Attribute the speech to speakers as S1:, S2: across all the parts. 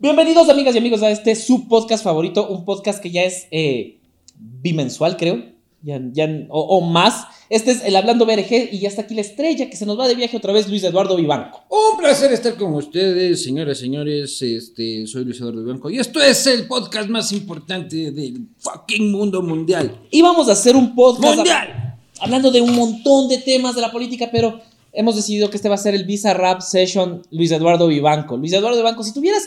S1: Bienvenidos amigas y amigos a este su podcast favorito, un podcast que ya es eh, bimensual creo, ya, ya, o, o, más. Este es el Hablando BRG y ya está aquí la estrella que se nos va de viaje otra vez, Luis Eduardo Vivanco.
S2: Un placer estar con ustedes, señoras y señores, este, soy Luis Eduardo Vivanco y esto es el podcast más importante del fucking mundo mundial.
S1: Y vamos a hacer un podcast...
S2: ¡Mundial!
S1: A, hablando de un montón de temas de la política, pero hemos decidido que este va a ser el Visa Rap Session Luis Eduardo Vivanco. Luis Eduardo Vivanco, si tuvieras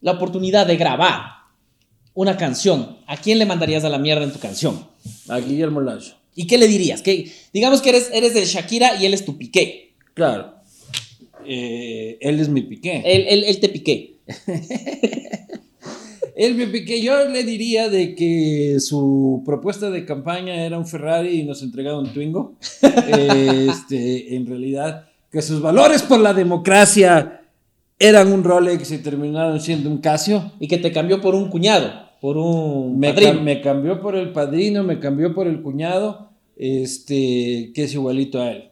S1: la oportunidad de grabar una canción, ¿a quién le mandarías a la mierda en tu canción?
S2: A Guillermo Lazo.
S1: ¿Y qué le dirías? Que digamos que eres, eres de Shakira y él es tu piqué.
S2: Claro. Eh, él es mi piqué.
S1: Él, él, él te piqué.
S2: él me piqué. Yo le diría de que su propuesta de campaña era un Ferrari y nos entregaba un Twingo. este, en realidad, que sus valores por la democracia eran un Rolex y terminaron siendo un Casio.
S1: Y que te cambió por un cuñado, por un
S2: me
S1: padrino.
S2: Cam me cambió por el padrino, me cambió por el cuñado, este, que es igualito a él.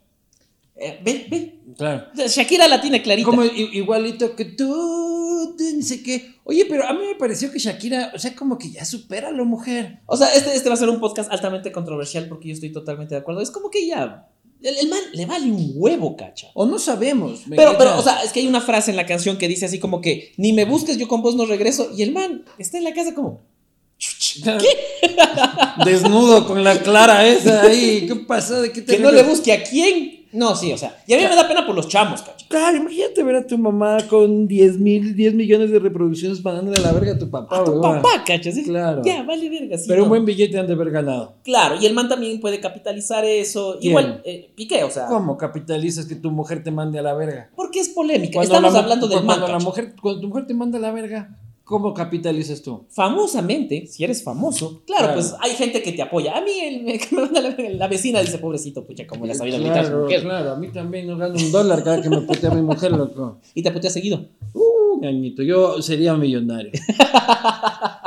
S1: Eh, ve, ve.
S2: Claro.
S1: Shakira la tiene clarita.
S2: Como igualito que tú, no sé qué. Oye, pero a mí me pareció que Shakira, o sea, como que ya supera a la mujer.
S1: O sea, este, este va a ser un podcast altamente controversial porque yo estoy totalmente de acuerdo. Es como que ya el, el, man le vale un huevo, cacha.
S2: O no sabemos.
S1: Pero, pero, o sea, es que hay una frase en la canción que dice así como que ni me busques, yo con vos no regreso. Y el man está en la casa como.
S2: ¿Qué? Desnudo con la clara esa ahí. ¿Qué pasa? ¿De qué
S1: te que no le busque a quién. No, sí, o sea. Y a mí claro. me da pena por los chamos, cacha.
S2: Claro, imagínate ver a tu mamá con 10 mil, 10 millones de reproducciones mandándole a la verga a tu papá.
S1: A tu
S2: mamá.
S1: papá, cacha. ¿sí?
S2: Claro.
S1: Ya, vale verga. Sí,
S2: pero no. un buen billete han de haber ganado.
S1: Claro, y el man también puede capitalizar eso.
S2: ¿Quién?
S1: Igual, eh, piqué, o sea.
S2: ¿Cómo capitalizas que tu mujer te mande a la verga?
S1: Porque es polémica. Cuando Estamos
S2: la,
S1: hablando del
S2: cuando
S1: man.
S2: la
S1: cacha.
S2: mujer, cuando tu mujer te manda a la verga, ¿cómo capitalizas tú?
S1: Famosamente, si eres famoso, claro,
S2: Claro.
S1: pues hay gente que te apoya. A mí el, me manda la, la vecina dice, pobrecito, pucha, como le ha sabido invitar a su
S2: claro,
S1: mujer.
S2: claro, a mí también no gano un dólar cada que me putea mi mujer, loco.
S1: Y te putea seguido.
S2: Uh, ñañito, yo sería millonario.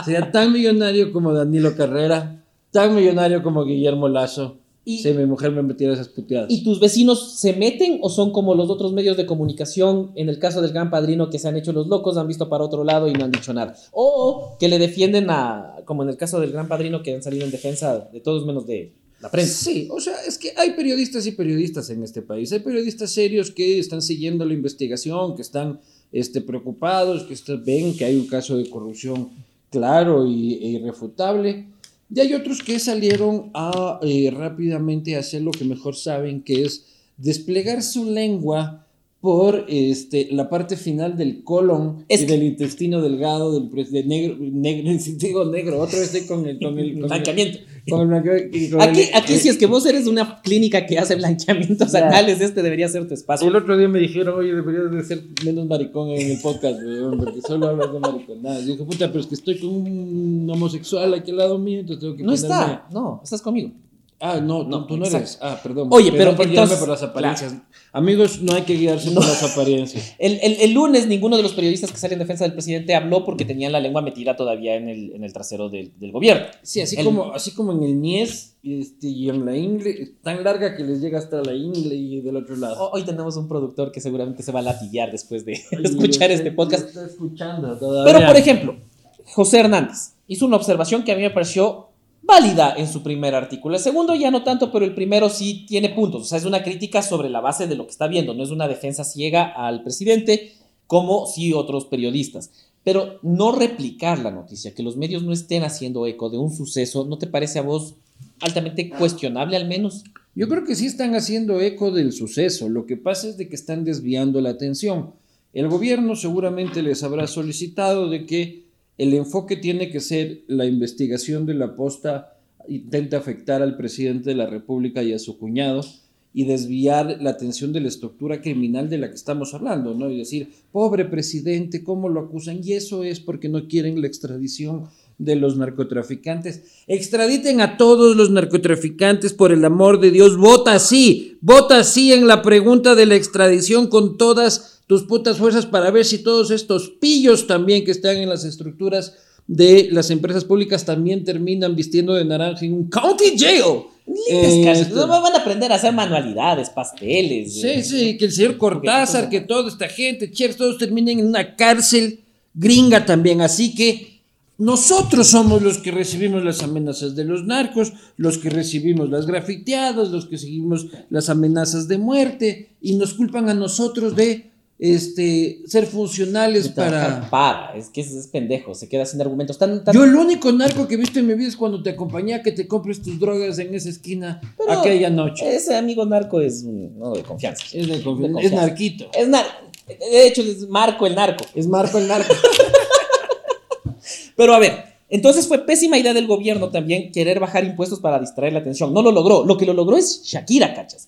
S2: sería tan millonario como Danilo Carrera, tan millonario como Guillermo Lazo.
S1: Y-
S2: si mi mujer me metiera esas puteadas.
S1: ¿Y tus vecinos se meten o son como los otros medios de comunicación, en el caso del gran padrino, que se han hecho los locos, han visto para otro lado y no han dicho nada? O que le defienden a, como en el caso del gran padrino, que han salido en defensa de todos menos de la prensa.
S2: Sí, o sea, es que hay periodistas y periodistas en este país. Hay periodistas serios que están siguiendo la investigación, que están este, preocupados, que están- ven que hay un caso de corrupción claro y, e irrefutable. Y hay otros que salieron a eh, rápidamente hacer lo que mejor saben, que es desplegar su lengua por este, la parte final del colon
S1: Es
S2: y
S1: que-
S2: del intestino delgado, del pres- de negro, negro, digo negro, otra vez estoy con el... Con el, con el-
S1: Blanqueamiento.
S2: con el blanqueo- y con el- eh,
S1: Aquí, aquí si es que vos eres de una clínica que hace blanqueamientos
S2: Ya.
S1: anales, este debería ser tu espacio.
S2: El otro día me dijeron, oye, deberías de ser menos maricón en el podcast, weón, porque solo hablas de mariconadas. Yo dije, puta, pero es que estoy con un homosexual aquí al lado mío, entonces tengo que
S1: No
S2: ponerme-
S1: está, no, estás conmigo.
S2: Ah, no, no,
S1: No,
S2: tú no eres. Ah, perdón.
S1: Oye, pero
S2: Perdón por guiarme
S1: entonces-
S2: por las apariencias. Amigos, no hay que guiarse por las apariencias.
S1: El, el- el lunes ninguno de los periodistas que salen en defensa del presidente habló porque tenían la lengua metida todavía en el, en el trasero del, del gobierno.
S2: Sí, así,
S1: El-
S2: como, así como en el Nies este, y en la ingle, tan larga que les llega hasta la ingle y del otro lado.
S1: Ho- Hoy tenemos un productor que seguramente se va a latillar después de
S2: Y
S1: escuchar
S2: lo
S1: este
S2: está-
S1: podcast.
S2: lo está escuchando
S1: Pero,
S2: todavía.
S1: por ejemplo, José Hernández hizo una observación que a mí me pareció válida en su primer artículo. El segundo ya no tanto, pero el primero sí tiene puntos. O sea, es una crítica sobre la base de lo que está viendo. No es una defensa ciega al presidente como sí otros periodistas. Pero no replicar la noticia, que los medios no estén haciendo eco de un suceso, ¿no te parece a vos altamente cuestionable al menos?
S2: Yo creo que sí están haciendo eco del suceso. Lo que pasa es de que están desviando la atención. El gobierno seguramente les habrá solicitado de que el enfoque tiene que ser la investigación de la posta intenta afectar al presidente de la República y a su cuñado y desviar la atención de la estructura criminal de la que estamos hablando, ¿no? Y decir, pobre presidente, ¿cómo lo acusan? Y eso es porque no quieren la extradición de los narcotraficantes. Extraditen a todos los narcotraficantes, por el amor de Dios, vota sí, vota sí en la pregunta de la extradición con todas tus putas fuerzas para ver si todos estos pillos también que están en las estructuras de las empresas públicas también terminan vistiendo de naranja en un county jail.
S1: Lindas casas.
S2: Este-
S1: Eh, No van a aprender a hacer manualidades, pasteles. eh.
S2: Sí, sí, que el señor Cortázar, que toda esta gente, Chers, todos terminen en una cárcel gringa también. Así que nosotros somos los que recibimos las amenazas de los narcos, los que recibimos las grafiteadas, los que seguimos las amenazas de muerte y nos culpan a nosotros de este, ser funcionales
S1: De trabajar
S2: para...
S1: para. Es que es, es pendejo, se queda sin argumentos. Tan, tan-
S2: Yo el único narco que he visto en mi vida es cuando te acompañé a que te compres tus drogas en esa esquina
S1: Pero-
S2: aquella noche.
S1: Ese amigo narco es un- no de confianza.
S2: Es, de confi-
S1: de
S2: es
S1: confianza.
S2: narquito.
S1: Es nar- de hecho, es Marco el narco.
S2: Es Marco el narco.
S1: Pero a ver, entonces fue pésima idea del gobierno también querer bajar impuestos para distraer la atención. No lo logró. Lo que lo logró es Shakira, cachas.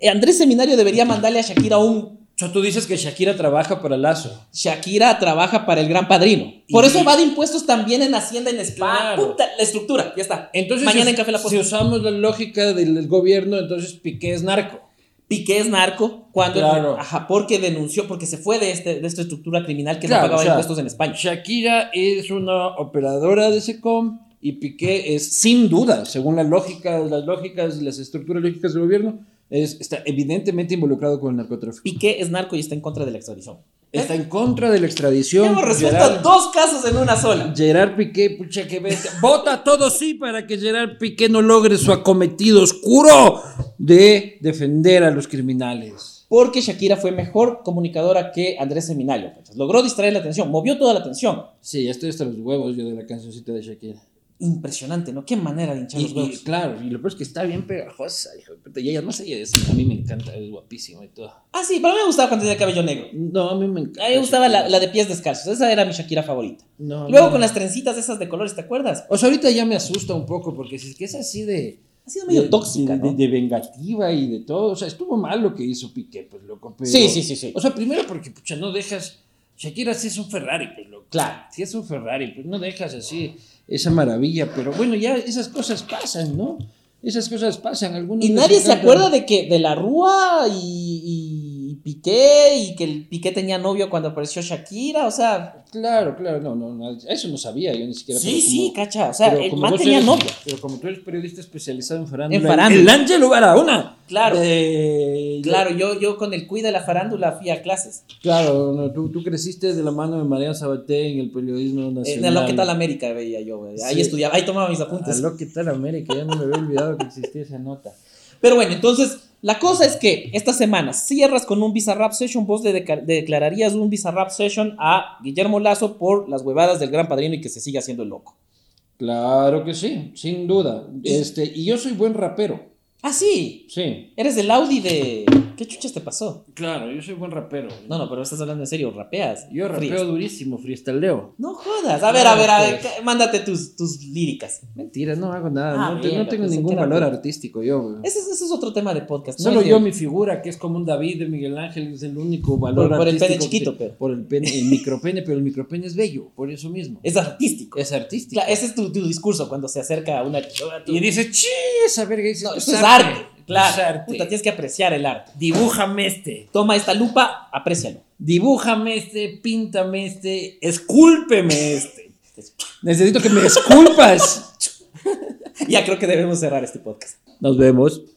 S1: Eh, Andrés Seminario debería mandarle a Shakira un.
S2: O sea, tú dices que Shakira trabaja para Lazo.
S1: Shakira trabaja para el gran padrino. Por
S2: Y-
S1: eso va de impuestos también en Hacienda, en España.
S2: Claro.
S1: Puta, la estructura, ya está.
S2: Entonces,
S1: Mañana
S2: si,
S1: en Café La Posta.
S2: si usamos la lógica del, del gobierno, entonces Piqué es narco.
S1: Piqué es narco cuando
S2: Claro.
S1: ajá, porque denunció, porque se fue de, este, de esta estructura criminal que
S2: Claro,
S1: no pagaba
S2: o sea,
S1: impuestos en España.
S2: Shakira es una operadora de SECOM y Piqué es, sin duda, según la lógica, las lógicas y las estructuras lógicas del gobierno, es, está evidentemente involucrado con el narcotráfico.
S1: Piqué es narco y está en contra de la extradición.
S2: Está en contra de la extradición.
S1: Hemos resuelto
S2: Gerard,
S1: dos casos en una sola.
S2: Gerard Piqué, pucha que bestia. Vota todo sí para que Gerard Piqué no logre su acometido oscuro de defender a los criminales.
S1: Porque Shakira fue mejor comunicadora que Andrés Seminario. ¿cachas? Logró distraer la atención, movió toda la atención.
S2: Sí, ya estoy hasta los huevos yo de la cancioncita de Shakira.
S1: Impresionante, ¿no? Qué manera de hinchar
S2: Y,
S1: los huevos.
S2: y claro, y lo peor es que está bien pegajosa, hijo de puta. Y ella no sé, ella es- a mí me encanta, es guapísima y todo.
S1: Ah, sí, pero a mí me gustaba cuando tenía cabello negro.
S2: No, a mí me encanta.
S1: A mí me gustaba la,
S2: Shakira.
S1: la de pies descalzos. Esa era mi Shakira favorita.
S2: No,
S1: Luego
S2: no.
S1: con las trencitas esas de colores, ¿te acuerdas?
S2: O sea, ahorita ya me asusta un poco porque si es que es así de...
S1: Ha sido medio
S2: de-
S1: tóxica,
S2: de,
S1: ¿no?
S2: de- de vengativa y de todo. O sea, estuvo mal lo que hizo Piqué, pues loco. Pero,
S1: Sí, sí, sí, sí.
S2: O sea, primero porque, pucha, no dejas. Shakira sí es un Ferrari, pues loco.
S1: Claro.
S2: Sí es un Ferrari, pues no dejas así esa maravilla. Pero bueno, ya esas cosas pasan, ¿no? Esas cosas pasan. Algunos
S1: Y
S2: les
S1: nadie se
S2: encanta-
S1: acuerda de que de la Rúa y, y Piqué y que el Piqué tenía novio cuando apareció Shakira, o sea,
S2: Claro, claro, no, no, no, eso no sabía yo ni siquiera.
S1: sí,
S2: pero
S1: sí,
S2: como-
S1: cacha, o sea,
S2: pero
S1: el
S2: como
S1: man
S2: vos
S1: tenía
S2: eres-
S1: novio.
S2: Pero como tú eres periodista especializado en farándula.
S1: En farándula.
S2: El Ángel Barahona.
S1: Claro.
S2: de-
S1: Claro, yo, yo con el cuida de la farándula fui a clases
S2: Claro, no, tú, tú creciste de la mano de María Sabaté en el periodismo
S1: en
S2: nacional.
S1: en lo que tal América veía yo, güey. ahí
S2: Sí.
S1: estudiaba, ahí tomaba mis
S2: A
S1: apuntes.
S2: lo que tal América, ya no me había olvidado que existía esa nota.
S1: Pero bueno, entonces, la cosa es que esta semana cierras con un Bizarrap Session, vos le deca- declararías un Bizarrap Session a Guillermo Lazo por las huevadas del gran padrino y que se siga haciendo el loco.
S2: Claro que sí, sin duda. Este, y yo soy buen rapero.
S1: Ah, sí,
S2: Sí.
S1: eres del Audi de... ¿Qué chuchas te pasó?
S2: Claro, yo soy buen rapero.
S1: No, no, pero estás hablando en serio, rapeas.
S2: Yo rapeo
S1: Frías.
S2: durísimo, freestaleo.
S1: No jodas. A ver, a ver, a ver,
S2: Pues.
S1: ca- mándate tus, tus líricas.
S2: Mentira, no hago nada.
S1: Ah,
S2: no, te- no
S1: mierda,
S2: tengo
S1: pensé
S2: ningún
S1: que era
S2: valor
S1: bueno.
S2: artístico yo. güey.
S1: Ese, es- ese es otro tema de podcast. ¿no?
S2: Solo
S1: Es de-
S2: yo, mi figura, que es como un David de Miguel Ángel, es el único valor
S1: Por- por el
S2: artístico.
S1: pene
S2: que-
S1: chiquito, pero.
S2: Por el pene, el micropene, pero el micropene es bello, por eso mismo.
S1: Es artístico.
S2: Es artístico.
S1: Cla- ese es tu, tu discurso cuando se acerca a una...
S2: Y dice, che, esa verga. Dice,
S1: No,
S2: "Esto
S1: esto es arte. Claro.
S2: Esto es arte.
S1: Puta, tienes que apreciar el arte.
S2: Dibújame este.
S1: Toma esta lupa, aprécialo.
S2: Dibújame este, píntame este, escúlpeme este. Necesito que me esculpas.
S1: Ya creo que debemos cerrar este podcast.
S2: Nos vemos.